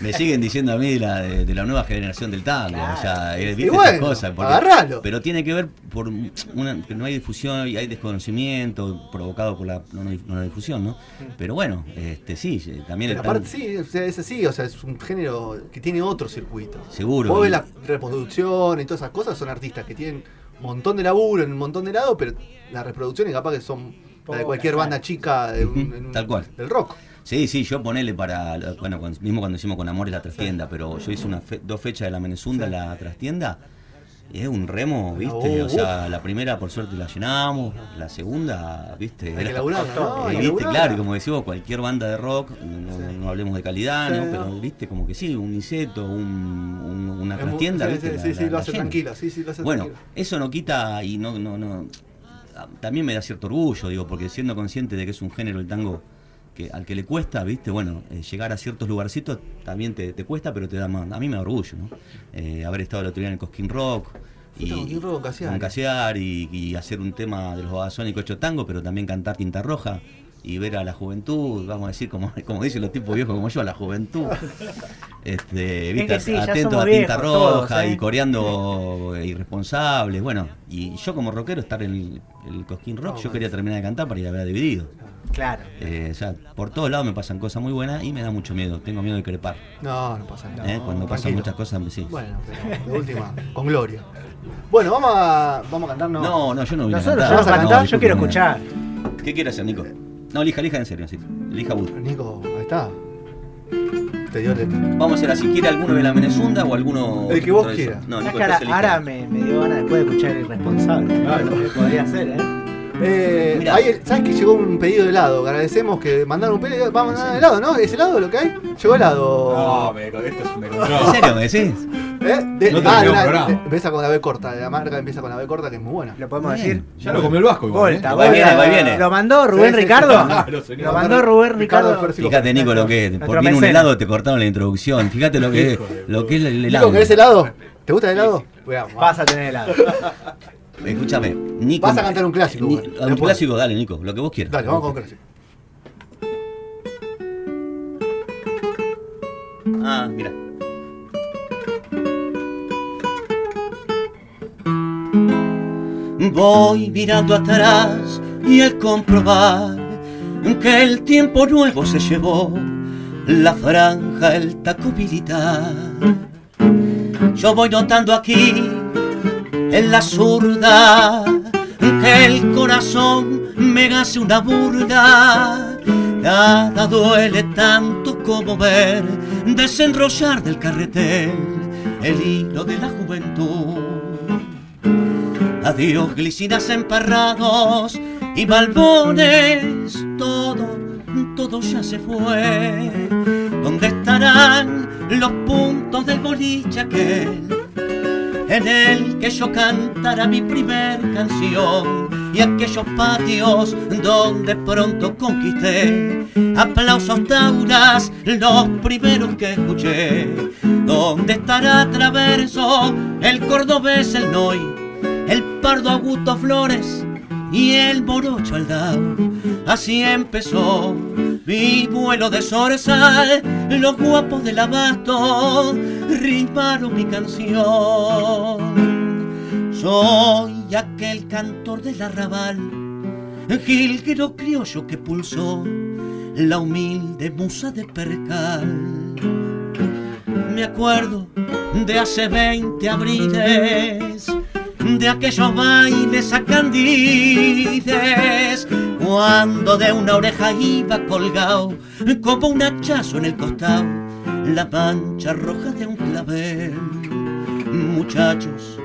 [SPEAKER 6] Me siguen diciendo a mí la de, de la nueva generación del tango. O sea, eh, ¿viste
[SPEAKER 3] Y bueno,
[SPEAKER 6] esas cosas?
[SPEAKER 3] agarralo.
[SPEAKER 6] Pero tiene que ver por una, que no hay difusión y hay desconocimiento provocado por la no, no difusión, ¿no? Pero bueno, este sí, eh, también
[SPEAKER 3] Mm. Pero
[SPEAKER 6] el tango-
[SPEAKER 3] aparte sí, o sea, ese sí, o sea, es un género que tiene otro circuito.
[SPEAKER 6] Seguro.
[SPEAKER 3] Vos ves
[SPEAKER 6] Y-
[SPEAKER 3] la reproducción y todas esas cosas, son artistas que tienen un montón de laburo en un montón de lados, pero las reproducciones capaz que son la de
[SPEAKER 7] Pocas,
[SPEAKER 3] cualquier
[SPEAKER 7] claro.
[SPEAKER 3] banda chica de un-
[SPEAKER 6] Ujú,
[SPEAKER 3] en un-
[SPEAKER 6] tal cual.
[SPEAKER 3] del rock.
[SPEAKER 6] Sí, sí, yo ponele para. Bueno, cuando- mismo cuando hicimos con Amores la trastienda, pero yo hice una fe- dos fechas de la Menezunda la trastienda. y es un remo, ¿viste?
[SPEAKER 3] Oh,
[SPEAKER 6] o sea, la primera por suerte la llenamos, la segunda, ¿viste?
[SPEAKER 3] Hay que
[SPEAKER 6] Era-
[SPEAKER 3] laburar, ¿no? Hay
[SPEAKER 6] Eh,
[SPEAKER 3] que
[SPEAKER 6] viste,
[SPEAKER 3] laburar.
[SPEAKER 6] claro, y como decimos, cualquier banda de rock, no,
[SPEAKER 3] Sí.
[SPEAKER 6] no hablemos de calidad,
[SPEAKER 3] Sí,
[SPEAKER 6] ¿no?
[SPEAKER 3] no.
[SPEAKER 6] Pero viste, como que sí, un inseto, un, un- una
[SPEAKER 3] Es muy-
[SPEAKER 6] trastienda,
[SPEAKER 3] sí,
[SPEAKER 6] ¿viste?
[SPEAKER 3] sí,
[SPEAKER 6] La-
[SPEAKER 3] sí,
[SPEAKER 6] la-
[SPEAKER 3] sí, lo
[SPEAKER 6] la
[SPEAKER 3] hace
[SPEAKER 6] llena.
[SPEAKER 3] tranquilo, sí, sí, lo hace
[SPEAKER 6] Bueno,
[SPEAKER 3] tranquilo.
[SPEAKER 6] eso no quita y no, no, no. a- También me da cierto orgullo, digo, porque siendo consciente de que es un género el tango que al que le cuesta, viste, bueno, eh, llegar a ciertos lugarcitos también te, te cuesta, pero te da más. A mí me da orgullo, ¿no? Eh, haber estado el otro día en el Cosquín Rock.
[SPEAKER 3] Fuiste a Cosquín Rock con Casiari.
[SPEAKER 6] con Casiari y, y hacer un tema de los babasónicos hecho tango, pero también cantar tinta roja y ver a la juventud, vamos a decir, como, como dicen los tipos viejos como yo, a la juventud. Este, viste,
[SPEAKER 7] que sí, ya
[SPEAKER 6] atento
[SPEAKER 7] somos
[SPEAKER 6] a tinta
[SPEAKER 7] viejos
[SPEAKER 6] roja
[SPEAKER 7] todos, ¿eh?
[SPEAKER 6] y coreando eh, irresponsables, bueno, y yo como rockero estar en el, el Cosquín Rock, yo quería terminar de cantar para ir a ver a Dividido.
[SPEAKER 7] Claro.
[SPEAKER 6] Eh, o sea, por todos lados me pasan cosas muy buenas y me da mucho miedo, tengo miedo de crepar,
[SPEAKER 3] No, no pasa nada.
[SPEAKER 6] ¿eh? cuando pasan
[SPEAKER 3] tranquilo.
[SPEAKER 6] muchas cosas, me- sí.
[SPEAKER 3] Bueno, pero de última, con gloria. Bueno, vamos a, vamos a cantarnos.
[SPEAKER 6] No, no, yo no voy a
[SPEAKER 7] Nosotros
[SPEAKER 6] cantar.
[SPEAKER 7] ya vamos a
[SPEAKER 3] ¿Vas a
[SPEAKER 7] cantar,
[SPEAKER 3] cantar?
[SPEAKER 7] yo quiero
[SPEAKER 6] discúlpeme.
[SPEAKER 7] escuchar.
[SPEAKER 6] ¿Qué quiere hacer, Nico? No, elija, elija en serio, sí. Elija uno.
[SPEAKER 3] Nico, ahí está. Te dio el.
[SPEAKER 6] Vamos a hacer así, ¿quiere alguno de la Menezunda o alguno...?
[SPEAKER 3] El que vos
[SPEAKER 6] otro de esos?
[SPEAKER 3] quieras.
[SPEAKER 6] No,
[SPEAKER 7] Sabés
[SPEAKER 6] Nico,
[SPEAKER 7] que ahora,
[SPEAKER 6] entonces elija.
[SPEAKER 7] ahora me, me dio ganas después de escuchar Irresponsable. Claro. Podría ser, ¿eh?
[SPEAKER 3] Eh,
[SPEAKER 6] Mirá.
[SPEAKER 3] ahí, ¿Sabes que llegó un pedido de helado? Agradecemos que mandaron un pedido. Vamos a mandar helado, ¿no? ¿Es helado lo que hay? Llegó helado.
[SPEAKER 4] No, me, esto es, me
[SPEAKER 6] ¿En serio me decís?
[SPEAKER 3] ¿Eh? De-
[SPEAKER 5] No te
[SPEAKER 3] ah,
[SPEAKER 5] creo,
[SPEAKER 3] la-
[SPEAKER 5] bravo.
[SPEAKER 3] de- empieza con la B corta, la marca empieza con la B corta que es muy buena.
[SPEAKER 7] ¿Lo podemos decir?
[SPEAKER 5] Ya lo comió el Vasco igual.
[SPEAKER 7] Volta,
[SPEAKER 5] ¿eh?
[SPEAKER 6] Va y viene,
[SPEAKER 7] volta.
[SPEAKER 6] va y viene.
[SPEAKER 7] ¿Lo mandó Rubén
[SPEAKER 3] Sí, sí,
[SPEAKER 7] Ricardo?
[SPEAKER 5] sí, claro, señor.
[SPEAKER 7] ¿Lo mandó Rubén Ricardo?
[SPEAKER 3] Férsico.
[SPEAKER 6] Fíjate, Nico, lo que es. Por
[SPEAKER 7] Nuestro
[SPEAKER 6] bien un
[SPEAKER 7] mecenas.
[SPEAKER 6] helado te cortaron la introducción. Fíjate lo que es, lo que es el helado.
[SPEAKER 3] Nico, ¿querés helado? ¿Te gusta el helado? Veamos.
[SPEAKER 7] Vas a tener helado.
[SPEAKER 6] Escúchame, Nico.
[SPEAKER 3] Vas a cantar un clásico,
[SPEAKER 6] Ni-
[SPEAKER 3] bueno,
[SPEAKER 6] un
[SPEAKER 3] después.
[SPEAKER 6] clásico, dale, Nico, lo que vos quieras.
[SPEAKER 3] Dale, vamos con un clásico.
[SPEAKER 6] Ah, mira. Voy mirando atrás y al comprobar que el tiempo nuevo se llevó la franja, el taco militar. Yo voy notando aquí en la zurda que el corazón me hace una burda. Nada duele tanto como ver desenrollar del carretel el hilo de la juventud. Adiós glicinas emparrados y balbones, todo, todo ya se fue. ¿Dónde estarán los puntos del boliche aquel en el que yo cantara mi primer canción? Y aquellos patios donde pronto conquisté aplausos tauras, los primeros que escuché. ¿Dónde estará Traverso, el cordobés, el noy? el pardo Augusto Flores y el morocho Aldao. Así empezó mi vuelo de zorzal, los guapos del abasto rimaron mi canción. Soy aquel cantor del arrabal, jilguero criollo que pulsó la humilde musa de percal. Me acuerdo de hace 20 abriles, de aquellos bailes a candides, cuando de una oreja iba colgado, como un hachazo en el costado, la mancha roja de un clavel. Muchachos,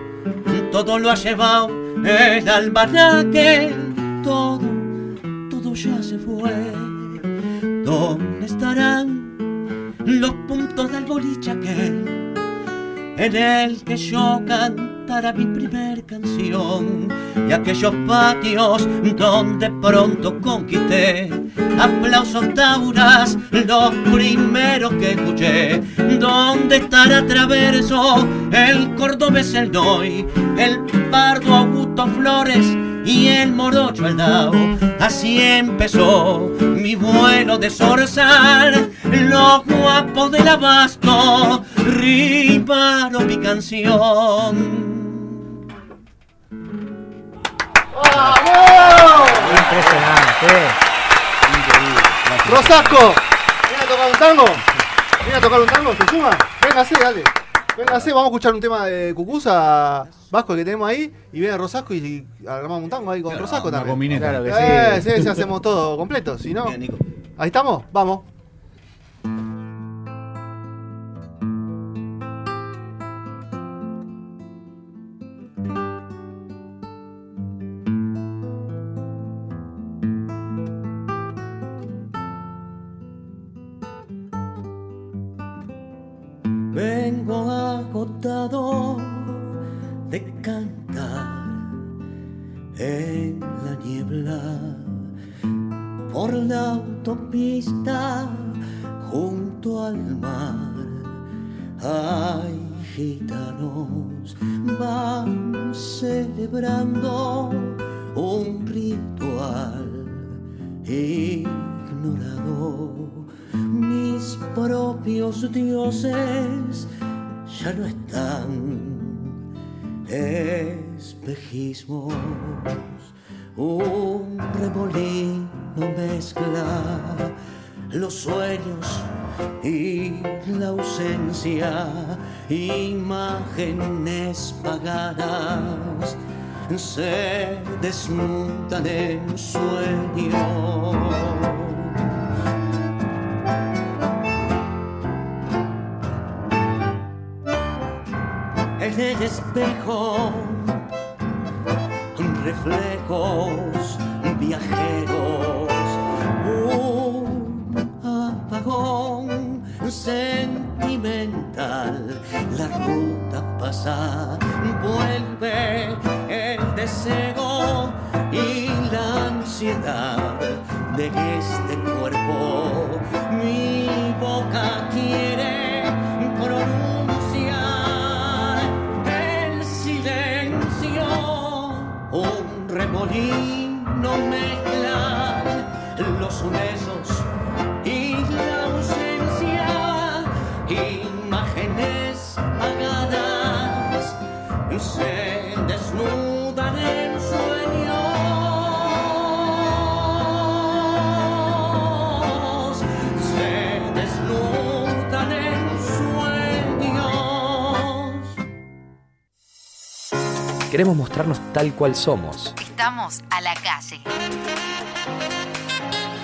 [SPEAKER 6] todo lo ha llevado el almanaque, todo, todo ya se fue. ¿Dónde estarán los puntos del boliche aquel en el que yo cantara mi primer canción y aquellos patios donde pronto conquisté aplausos tauras los primeros que escuché donde estará Traverso el cordobés el doy el pardo Augusto Flores y el morocho Aldao. Así empezó mi vuelo de zorzal, los guapos del abasto rimaron mi canción.
[SPEAKER 7] Impresionante.
[SPEAKER 3] ¡Rosasco! ¿Viene a tocar un tango? ¿Viene a tocar un tango? ¿Se suma? Véngase, dale. Véngase, vamos a escuchar un tema de Cucusa Vasco que tenemos ahí. Y viene Rosasco y armamos un tango ahí con Rosasco
[SPEAKER 5] Una
[SPEAKER 3] también.
[SPEAKER 5] combineta.
[SPEAKER 7] Claro que
[SPEAKER 3] Eh,
[SPEAKER 7] sí.
[SPEAKER 3] sí, sí, hacemos todo completo. Si no, ahí estamos, vamos.
[SPEAKER 1] Vengo agotado de cantar en la niebla por la autopista junto al mar. Ay, gitanos van celebrando un ritual ignorado mis propios dioses ya no están espejismos un remolino mezcla los sueños y la ausencia imágenes paganas se desnudan en sueños en el espejo reflejos viajeros un apagón sentí sentimental. La ruta pasa, vuelve el deseo y la ansiedad de este cuerpo. Mi boca quiere pronunciar el silencio un remolino mezclan los besos y la ausencia, imágenes pagadas se desnudan en sueños, se desnudan en sueños.
[SPEAKER 8] Queremos mostrarnos tal cual somos.
[SPEAKER 9] Estamos a la calle.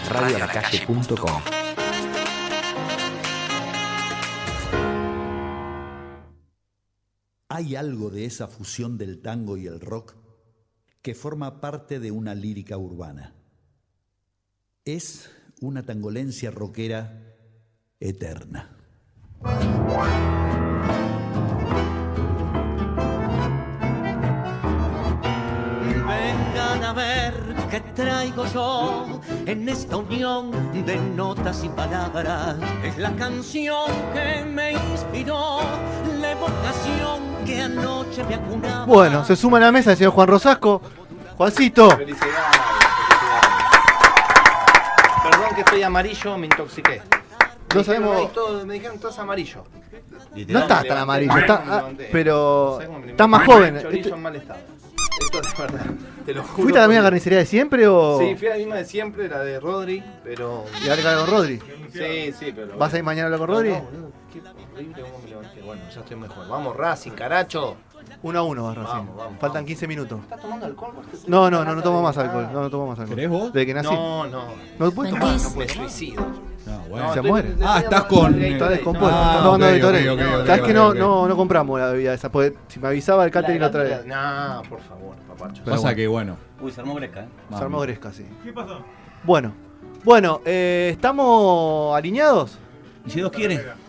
[SPEAKER 8] Radioalacalle.com
[SPEAKER 10] Hay algo de esa fusión del tango y el rock que forma parte de una lírica urbana. Es una tangolencia rockera eterna.
[SPEAKER 1] Vengan a ver qué traigo yo en esta unión de notas y palabras. Es la canción que me inspiró, la evocación que anoche me acunaba.
[SPEAKER 3] Bueno, se suma a la mesa el señor Juan Rosasco. Juancito,
[SPEAKER 11] Felicidades, felicidades. Perdón que estoy amarillo, me
[SPEAKER 3] No
[SPEAKER 11] intoxiqué. Me dijeron,
[SPEAKER 3] sabemos-
[SPEAKER 11] "Ay, todo- me dijeron estás amarillo.
[SPEAKER 3] no estás tan amarillo, está-
[SPEAKER 11] Me levanté.
[SPEAKER 3] ah, pero
[SPEAKER 11] ¿Sabes cómo me
[SPEAKER 3] estás más
[SPEAKER 11] levanté?
[SPEAKER 3] joven.
[SPEAKER 11] Chorizo
[SPEAKER 3] Este-
[SPEAKER 11] en mal estado. Esto es verdad. Te lo juro.
[SPEAKER 3] ¿fuiste a la misma
[SPEAKER 11] por-
[SPEAKER 3] carnicería de siempre o.?
[SPEAKER 11] Sí, fui a la misma de siempre, la de Rodri, pero.
[SPEAKER 3] ¿Y ahora que hablo con Rodri?
[SPEAKER 11] Sí, sí, pero.
[SPEAKER 3] ¿Vas a ir mañana a hablar con Rodri?
[SPEAKER 11] No, no, boludo, qué horrible cómo me levanté. Bueno, ya estoy mejor. Vamos, Racing, caracho.
[SPEAKER 3] 1 a 1 va Racing.
[SPEAKER 11] Vamos, vamos,
[SPEAKER 3] Faltan 15 minutos.
[SPEAKER 11] ¿Estás tomando alcohol? Marcos?
[SPEAKER 3] No, no, no, no
[SPEAKER 11] Nada
[SPEAKER 3] tomo
[SPEAKER 11] de
[SPEAKER 3] más
[SPEAKER 11] nada.
[SPEAKER 3] alcohol. No, no tomo más alcohol.
[SPEAKER 5] ¿Querés vos?
[SPEAKER 3] Desde que nací.
[SPEAKER 11] No, no.
[SPEAKER 3] No puedo tomar.
[SPEAKER 11] No puedes suicido.
[SPEAKER 5] No, bueno.
[SPEAKER 11] No,
[SPEAKER 3] Se
[SPEAKER 11] estoy-
[SPEAKER 3] muere.
[SPEAKER 11] estoy
[SPEAKER 5] Ah, estás
[SPEAKER 11] tomando
[SPEAKER 5] con-
[SPEAKER 11] Gatorade.
[SPEAKER 3] Está descompuesto.
[SPEAKER 5] Ah,
[SPEAKER 3] está tomando
[SPEAKER 5] ok,
[SPEAKER 3] de Torres.
[SPEAKER 5] ok, ok,
[SPEAKER 3] eh. Sabes
[SPEAKER 5] ok,
[SPEAKER 3] que no,
[SPEAKER 5] ok.
[SPEAKER 3] no, no compramos la bebida esa. Porque si me avisaba el catering la otra vez.
[SPEAKER 11] No, Ah, por favor, papacho.
[SPEAKER 5] Pasa que bueno.
[SPEAKER 6] Uy, se armó greca, ¿eh?
[SPEAKER 3] Se armó
[SPEAKER 5] mami.
[SPEAKER 3] Gresca, sí. ¿Qué pasó? Bueno. Bueno, eh, ¿estamos alineados?
[SPEAKER 6] Y si Dios quiere.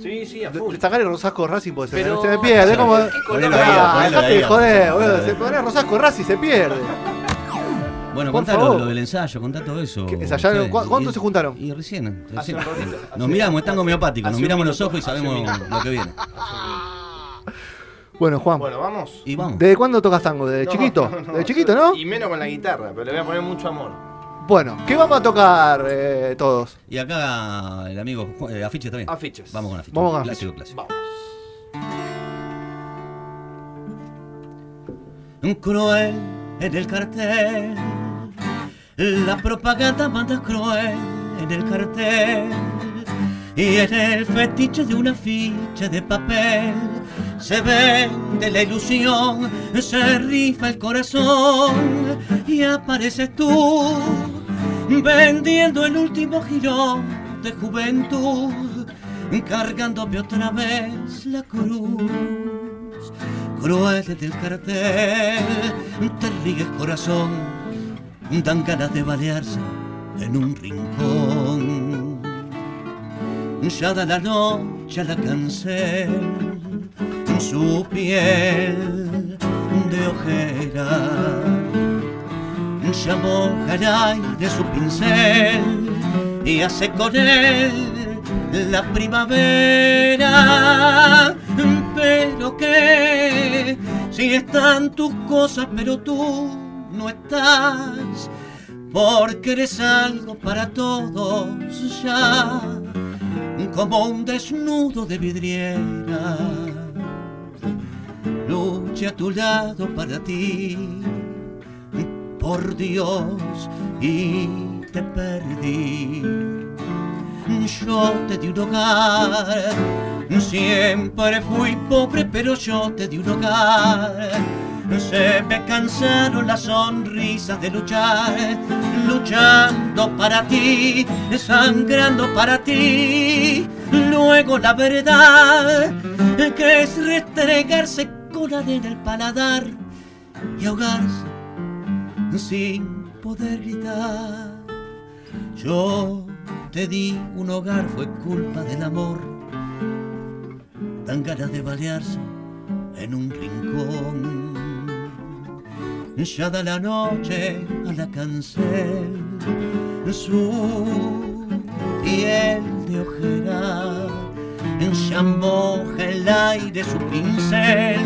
[SPEAKER 11] Sí, sí, a full.
[SPEAKER 3] Le- Sacar el rosasco Racing porque se,
[SPEAKER 11] Pero-
[SPEAKER 3] se me pierde. ¿cómo?
[SPEAKER 11] ¿Qué color?
[SPEAKER 6] Ponelo ahí,
[SPEAKER 3] Ah,
[SPEAKER 6] ponelo
[SPEAKER 3] dejate
[SPEAKER 6] ahí.
[SPEAKER 3] de joder, boludo. Se pone rosasco Racing se pierde.
[SPEAKER 6] Bueno,
[SPEAKER 3] Por
[SPEAKER 6] contá lo,
[SPEAKER 3] favor.
[SPEAKER 6] lo del ensayo, contá todo eso.
[SPEAKER 3] ¿Qué ensayaron?
[SPEAKER 6] ustedes.
[SPEAKER 3] ¿Cu- cuánto
[SPEAKER 6] Y-
[SPEAKER 3] se juntaron?
[SPEAKER 6] Y recién.
[SPEAKER 11] Hace
[SPEAKER 6] recién.
[SPEAKER 11] un ratito, hace-
[SPEAKER 6] Nos miramos, están homeopáticos, nos
[SPEAKER 11] hace un
[SPEAKER 6] miramos los
[SPEAKER 11] minuto,
[SPEAKER 6] ojos y
[SPEAKER 11] hace un
[SPEAKER 6] sabemos
[SPEAKER 11] minuto.
[SPEAKER 6] lo que viene.
[SPEAKER 3] Bueno, Juan.
[SPEAKER 11] Bueno, vamos.
[SPEAKER 6] Y vamos.
[SPEAKER 3] ¿Desde cuándo tocas tango? ¿Desde
[SPEAKER 11] No,
[SPEAKER 3] chiquito?
[SPEAKER 11] no, no,
[SPEAKER 3] ¿Desde chiquito,
[SPEAKER 11] yo-
[SPEAKER 3] no?
[SPEAKER 11] Y menos con la guitarra, pero le voy a poner mucho amor.
[SPEAKER 3] Bueno, ¿qué vamos a tocar eh, todos?
[SPEAKER 6] Y acá el amigo Ju- eh, Afiche también.
[SPEAKER 11] Afiches.
[SPEAKER 6] Vamos con Afiche.
[SPEAKER 3] Vamos con
[SPEAKER 6] clásico, clásico.
[SPEAKER 11] Vamos.
[SPEAKER 6] cruel en el cartel. La propaganda manda cruel en el cartel. Y en el fetiche de una ficha de papel se vende la ilusión, se rifa el corazón y apareces tú vendiendo el último girón de juventud, cargándome otra vez la cruz cruel del cartel. Te ríes corazón, dan ganas de balearse en un rincón. Ya da la noche la cansé, su piel de ojera llamó Garay de su pincel y hace con él la primavera. Pero que si están tus cosas, pero tú no estás, porque eres algo para todos ya, como un desnudo de vidriera. Luche a tu lado para ti, por Dios y te perdí. Yo te di un hogar, siempre fui pobre, pero yo te di un hogar. Se me cansaron las sonrisas de luchar, luchando para ti, sangrando para ti. Luego la verdad, que es restregarse con arena el paladar y ahogarse sin poder gritar. Yo te di un hogar, fue culpa del amor dan ganas de balearse en un rincón. Ya da la noche a la cancel su piel de ojera. Ya moja el aire su pincel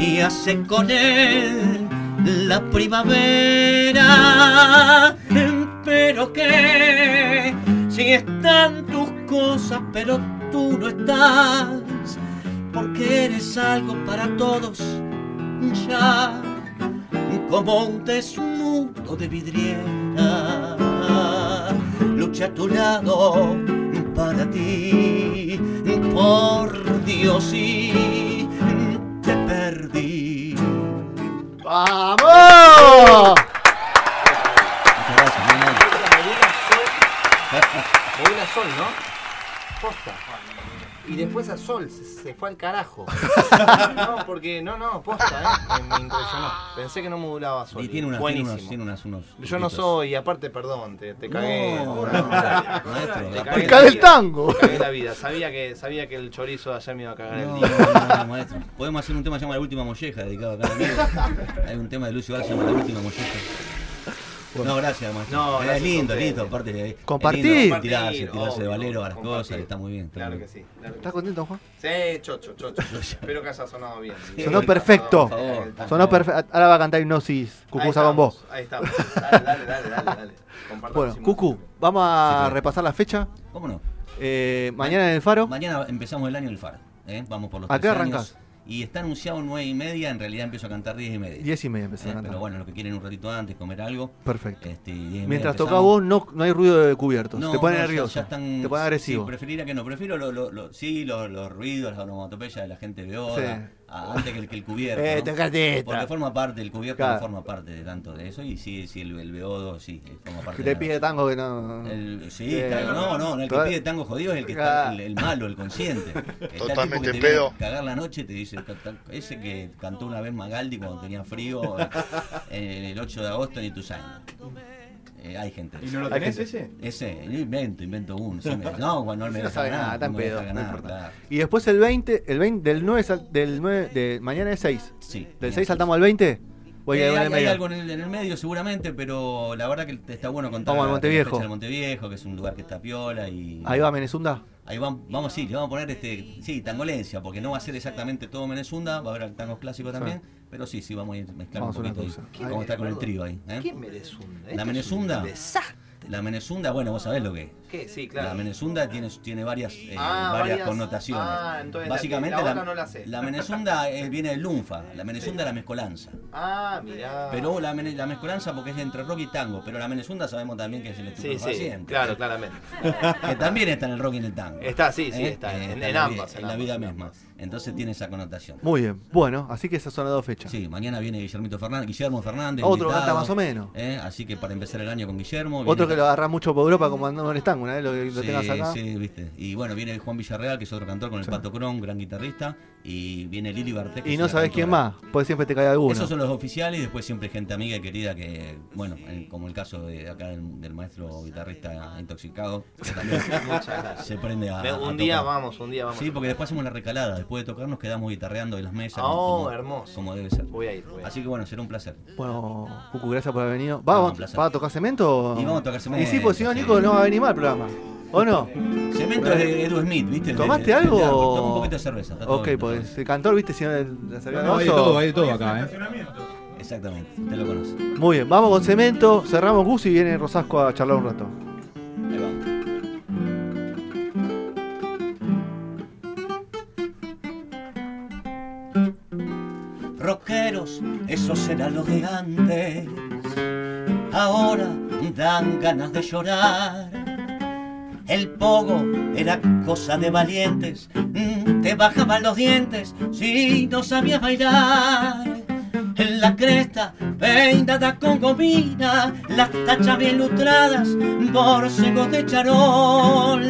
[SPEAKER 6] y hace con él la primavera. Pero que si están tus cosas, pero tú no estás, porque eres algo para todos ya, como un desnudo de vidriera. Lucha a tu lado para ti, por Dios y te perdí.
[SPEAKER 3] ¡Vamos!
[SPEAKER 11] O una sol, ¿no? Posta. Y después a Sol se, se fue al carajo. No, porque no, no, posta, ¿eh? Me, me impresionó. Pensé que no modulaba Sol.
[SPEAKER 6] Y tiene unas, tiene
[SPEAKER 11] Buenísimo.
[SPEAKER 6] unas, tiene unas- unos.
[SPEAKER 11] Yo no soy, y aparte, perdón, te, te cagué.
[SPEAKER 6] No, no,
[SPEAKER 11] Te
[SPEAKER 6] no, maestro,
[SPEAKER 11] cagué
[SPEAKER 6] te
[SPEAKER 11] la
[SPEAKER 6] cagué el
[SPEAKER 11] vida.
[SPEAKER 6] tango.
[SPEAKER 11] Te cagué la vida. Sabía que, sabía que el chorizo de ayer me iba a cagar
[SPEAKER 6] No,
[SPEAKER 11] el
[SPEAKER 6] no,
[SPEAKER 11] día.
[SPEAKER 6] no, no, maestro. Podemos hacer un tema llamado La Última Molleja, dedicado a cada amigo. Hay un tema de Lucio Valls llamado La Última Molleja. No, gracias, maestro.
[SPEAKER 11] No,
[SPEAKER 6] Eh,
[SPEAKER 11] gracias
[SPEAKER 6] es
[SPEAKER 11] a
[SPEAKER 6] lindo,
[SPEAKER 11] ustedes.
[SPEAKER 6] lindo, aparte. eh,
[SPEAKER 3] Compartir.
[SPEAKER 6] es lindo
[SPEAKER 3] Compartir,
[SPEAKER 6] Tirarse, tirarse de
[SPEAKER 11] obvio,
[SPEAKER 6] valero a las
[SPEAKER 11] compartir.
[SPEAKER 6] cosas, está muy bien. está
[SPEAKER 11] Claro
[SPEAKER 6] muy
[SPEAKER 11] que
[SPEAKER 6] bien.
[SPEAKER 11] sí. claro que
[SPEAKER 3] ¿Estás contento, Juan?
[SPEAKER 11] Sí, chocho, chocho. Espero que haya sonado bien.
[SPEAKER 3] Sonó perfecto. Sonó perfecto. Ahora va a cantar Hipnosis.
[SPEAKER 11] Ahí
[SPEAKER 3] Cucuza con vos.
[SPEAKER 11] estamos, Ahí estamos. Dale, dale, dale, dale. dale. Compartamos
[SPEAKER 3] Bueno,
[SPEAKER 11] y
[SPEAKER 3] Cucu, vamos a repasar la fecha.
[SPEAKER 6] ¿Cómo no?
[SPEAKER 3] Eh, mañana en el Faro.
[SPEAKER 6] Mañana empezamos el año del Faro. ¿eh? Vamos por los
[SPEAKER 3] ¿A qué
[SPEAKER 6] 13
[SPEAKER 3] arrancás?
[SPEAKER 6] años. Y está anunciado 9 y media, en realidad empiezo a cantar 10 y media.
[SPEAKER 3] 10 y media empezás a
[SPEAKER 6] ¿eh?
[SPEAKER 3] cantar.
[SPEAKER 6] Pero bueno, los que quieren un ratito antes, comer algo.
[SPEAKER 3] Perfecto.
[SPEAKER 6] Este, y diez y media
[SPEAKER 3] Mientras toca
[SPEAKER 6] empezamos.
[SPEAKER 3] vos, no, no hay ruido de cubiertos.
[SPEAKER 6] No,
[SPEAKER 3] te pone
[SPEAKER 6] no, ya-
[SPEAKER 3] nervioso.
[SPEAKER 6] ya están-
[SPEAKER 3] te
[SPEAKER 6] sí,
[SPEAKER 3] pone agresivo.
[SPEAKER 6] preferirá que no. Prefiero lo- lo- lo- sí, los los ruidos, las onomatopeyas de la gente beoda.
[SPEAKER 3] Sí.
[SPEAKER 6] a- Antes que el, que el cubierto.
[SPEAKER 3] Eh,
[SPEAKER 6] ¿no?
[SPEAKER 3] tocate esta.
[SPEAKER 6] Porque forma parte, el cubierto
[SPEAKER 3] Claro.
[SPEAKER 6] no forma parte de tanto de eso. Y sí, sí el, el beodo, sí, eh, forma parte
[SPEAKER 3] Que
[SPEAKER 6] de
[SPEAKER 3] te
[SPEAKER 6] la-
[SPEAKER 3] pide tango que no.
[SPEAKER 6] el- sí,
[SPEAKER 3] Eh,
[SPEAKER 6] tango, no, no, no, el que
[SPEAKER 3] toda-
[SPEAKER 6] pide tango jodido es el que
[SPEAKER 3] Claro.
[SPEAKER 6] está el, el malo, el consciente. Está el tipo que
[SPEAKER 12] Totalmente
[SPEAKER 6] te
[SPEAKER 12] pedo.
[SPEAKER 6] viene a Cagar la noche te dice, "Ta- ta- ese que cantó una vez Magaldi cuando tenía frío eh, el, 8 de agosto en Ituzaingó. Eh, hay gente.
[SPEAKER 12] ¿Y
[SPEAKER 6] así.
[SPEAKER 12] no lo
[SPEAKER 6] Hay
[SPEAKER 12] tenés
[SPEAKER 6] gente así. Ese, yo invento, invento uno. sí me- no, bueno, no me
[SPEAKER 3] No
[SPEAKER 6] deja
[SPEAKER 3] sabe nada,
[SPEAKER 6] ganar,
[SPEAKER 3] está en
[SPEAKER 6] no me deja
[SPEAKER 3] pedo, no
[SPEAKER 6] ganar,
[SPEAKER 3] importa.
[SPEAKER 6] claro.
[SPEAKER 3] Y después el 20, el 20 del 9, sal- del 9 de mañana es 6.
[SPEAKER 6] Sí.
[SPEAKER 3] Del 6 saltamos al 20. Voy
[SPEAKER 6] Eh,
[SPEAKER 3] a ir a una
[SPEAKER 6] hay,
[SPEAKER 3] y
[SPEAKER 6] hay
[SPEAKER 3] media.
[SPEAKER 6] algo en el, en el medio seguramente, pero la verdad que está bueno contar
[SPEAKER 3] Vamos al
[SPEAKER 6] la- la
[SPEAKER 3] Monteviejo.
[SPEAKER 6] fecha del Monteviejo, que es un lugar que está piola y
[SPEAKER 3] Ahí va Menezunda.
[SPEAKER 6] Ahí vamos, vamos sí, le vamos a poner este, sí, tangolencia, porque no va a ser exactamente todo Menezunda, va a haber tangos clásicos también, pero sí, sí, vamos a ir mezclando
[SPEAKER 3] Vamos a
[SPEAKER 6] un
[SPEAKER 3] hacer
[SPEAKER 6] poquito.
[SPEAKER 3] una
[SPEAKER 6] ahí.
[SPEAKER 3] cosa.
[SPEAKER 6] Vamos a estar con el trío ahí. ¿eh?
[SPEAKER 11] ¿Qué merezunda?
[SPEAKER 6] La Menezunda, la Menezunda, bueno, vos sabés lo que es.
[SPEAKER 11] ¿Qué? Sí, claro.
[SPEAKER 6] La Menezunda tiene, tiene varias, eh,
[SPEAKER 11] Ah,
[SPEAKER 6] varias,
[SPEAKER 11] varias-
[SPEAKER 6] connotaciones.
[SPEAKER 11] ah, entonces la-
[SPEAKER 6] Básicamente
[SPEAKER 11] la otra no la sé.
[SPEAKER 6] Menezunda eh, viene del lunfa, la Menezunda es la mezcolanza.
[SPEAKER 11] Ah, mirá.
[SPEAKER 6] Pero la, mene- la mezcolanza porque es entre rock y tango, pero la Menezunda sabemos también que es el estilo
[SPEAKER 11] Sí, sí, claro, claramente.
[SPEAKER 6] que también está en el rock y en el tango.
[SPEAKER 11] Está, sí, sí, está, en- en
[SPEAKER 6] la
[SPEAKER 11] ambas,
[SPEAKER 6] vida-
[SPEAKER 11] en
[SPEAKER 6] En la
[SPEAKER 11] ambas,
[SPEAKER 6] vida
[SPEAKER 11] en
[SPEAKER 6] misma. Entonces tiene esa connotación.
[SPEAKER 3] Muy bien. Bueno, así que esas son las dos fechas.
[SPEAKER 6] Sí, mañana viene Guillermito Fernández, Guillermo Fernández.
[SPEAKER 3] Otro
[SPEAKER 6] invitado,
[SPEAKER 3] canta más o menos.
[SPEAKER 6] ¿eh? Así que para empezar el año con Guillermo. viene-
[SPEAKER 3] Otro que lo agarra mucho por Europa como andando en el tango, una vez lo, que lo
[SPEAKER 6] Sí,
[SPEAKER 3] tengas acá.
[SPEAKER 6] sí, viste. Y bueno, viene Juan Villarreal, que es otro cantor con el Pato Cron, gran guitarrista. Y viene Lili Bartés. que
[SPEAKER 3] Y
[SPEAKER 6] es
[SPEAKER 3] no
[SPEAKER 6] una
[SPEAKER 3] sabés quién
[SPEAKER 6] cantora.
[SPEAKER 3] más, pues siempre te cae alguno.
[SPEAKER 6] Esos son los oficiales y después siempre gente amiga y querida que, bueno, en- como el caso de acá del, del maestro guitarrista intoxicado, que también se prende a.
[SPEAKER 11] Me-
[SPEAKER 6] Ah, a
[SPEAKER 11] un día
[SPEAKER 6] tocar.
[SPEAKER 11] vamos, un día vamos.
[SPEAKER 6] Sí, porque después hacemos la recalada, después de tocar nos quedamos guitarreando en las mesas.
[SPEAKER 11] Oh,
[SPEAKER 6] como,
[SPEAKER 11] hermoso.
[SPEAKER 6] Como debe ser.
[SPEAKER 11] Voy a ir, voy a ir.
[SPEAKER 6] Así que bueno, será un placer.
[SPEAKER 3] Bueno, Cucu, gracias por haber venido. ¿Vamos,
[SPEAKER 6] un placer.
[SPEAKER 3] ¿vas a tocar cemento?
[SPEAKER 6] Y vamos a tocar cemento,
[SPEAKER 3] Y sí, pues si no,
[SPEAKER 6] sí.
[SPEAKER 3] Nico no va a venir mal el programa. ¿O no?
[SPEAKER 6] Cemento es de Edu Smith, ¿viste? El de-
[SPEAKER 3] ¿Tomaste
[SPEAKER 6] el de-
[SPEAKER 3] algo?
[SPEAKER 6] el de Arco. Tomé un poquito de cerveza. está todo
[SPEAKER 3] Ok,
[SPEAKER 6] bien, está todo
[SPEAKER 3] pues el cantor, viste, si no el- la cerveza
[SPEAKER 5] No, hay de
[SPEAKER 3] vaso.
[SPEAKER 5] todo, hay de todo acá, ¿eh?
[SPEAKER 6] bien. Exactamente, usted lo conoce.
[SPEAKER 3] Muy bien, vamos con cemento, cerramos Gus y viene Rosasco a charlar un rato.
[SPEAKER 6] Ahí va. Rockeros, esos eran los de antes. Ahora dan ganas de llorar. El pogo era cosa de valientes. Mm, Te bajaban los dientes si no sabías bailar. En la cresta peinada con gomina, las tachas bien lustradas, borcegos de charol.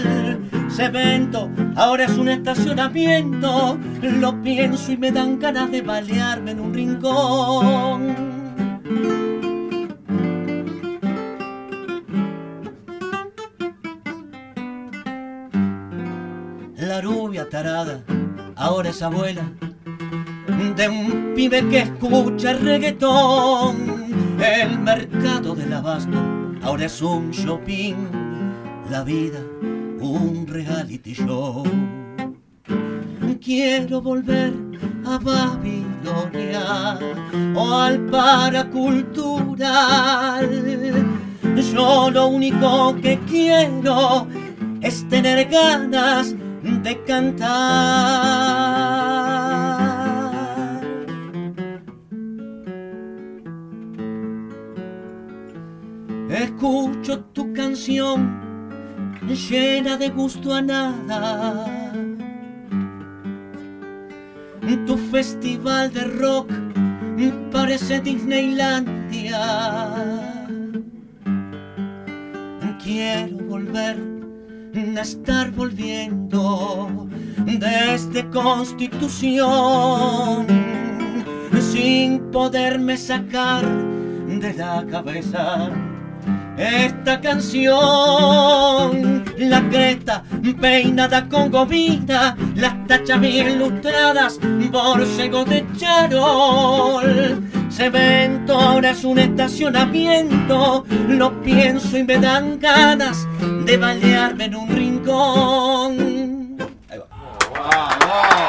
[SPEAKER 6] Cemento, ahora es un estacionamiento. Lo pienso y me dan ganas de balearme en un rincón. La rubia tarada ahora es abuela de un pibe que escucha reggaetón. El mercado del abasto ahora es un shopping, la vida un reality show. Quiero volver a Babilonia o al paracultural. Yo lo único que quiero es tener ganas de cantar. Escucho tu canción llena de gusto a nada. Tu festival de rock parece Disneylandia. Quiero volver a estar volviendo desde Constitución sin poderme sacar de la cabeza esta canción. La cresta peinada con gomita, las tachas bien lustradas, borcego de charol. Cemento ahora es un estacionamiento, lo pienso y me dan ganas de balearme en un rincón.
[SPEAKER 13] ¡Bravo!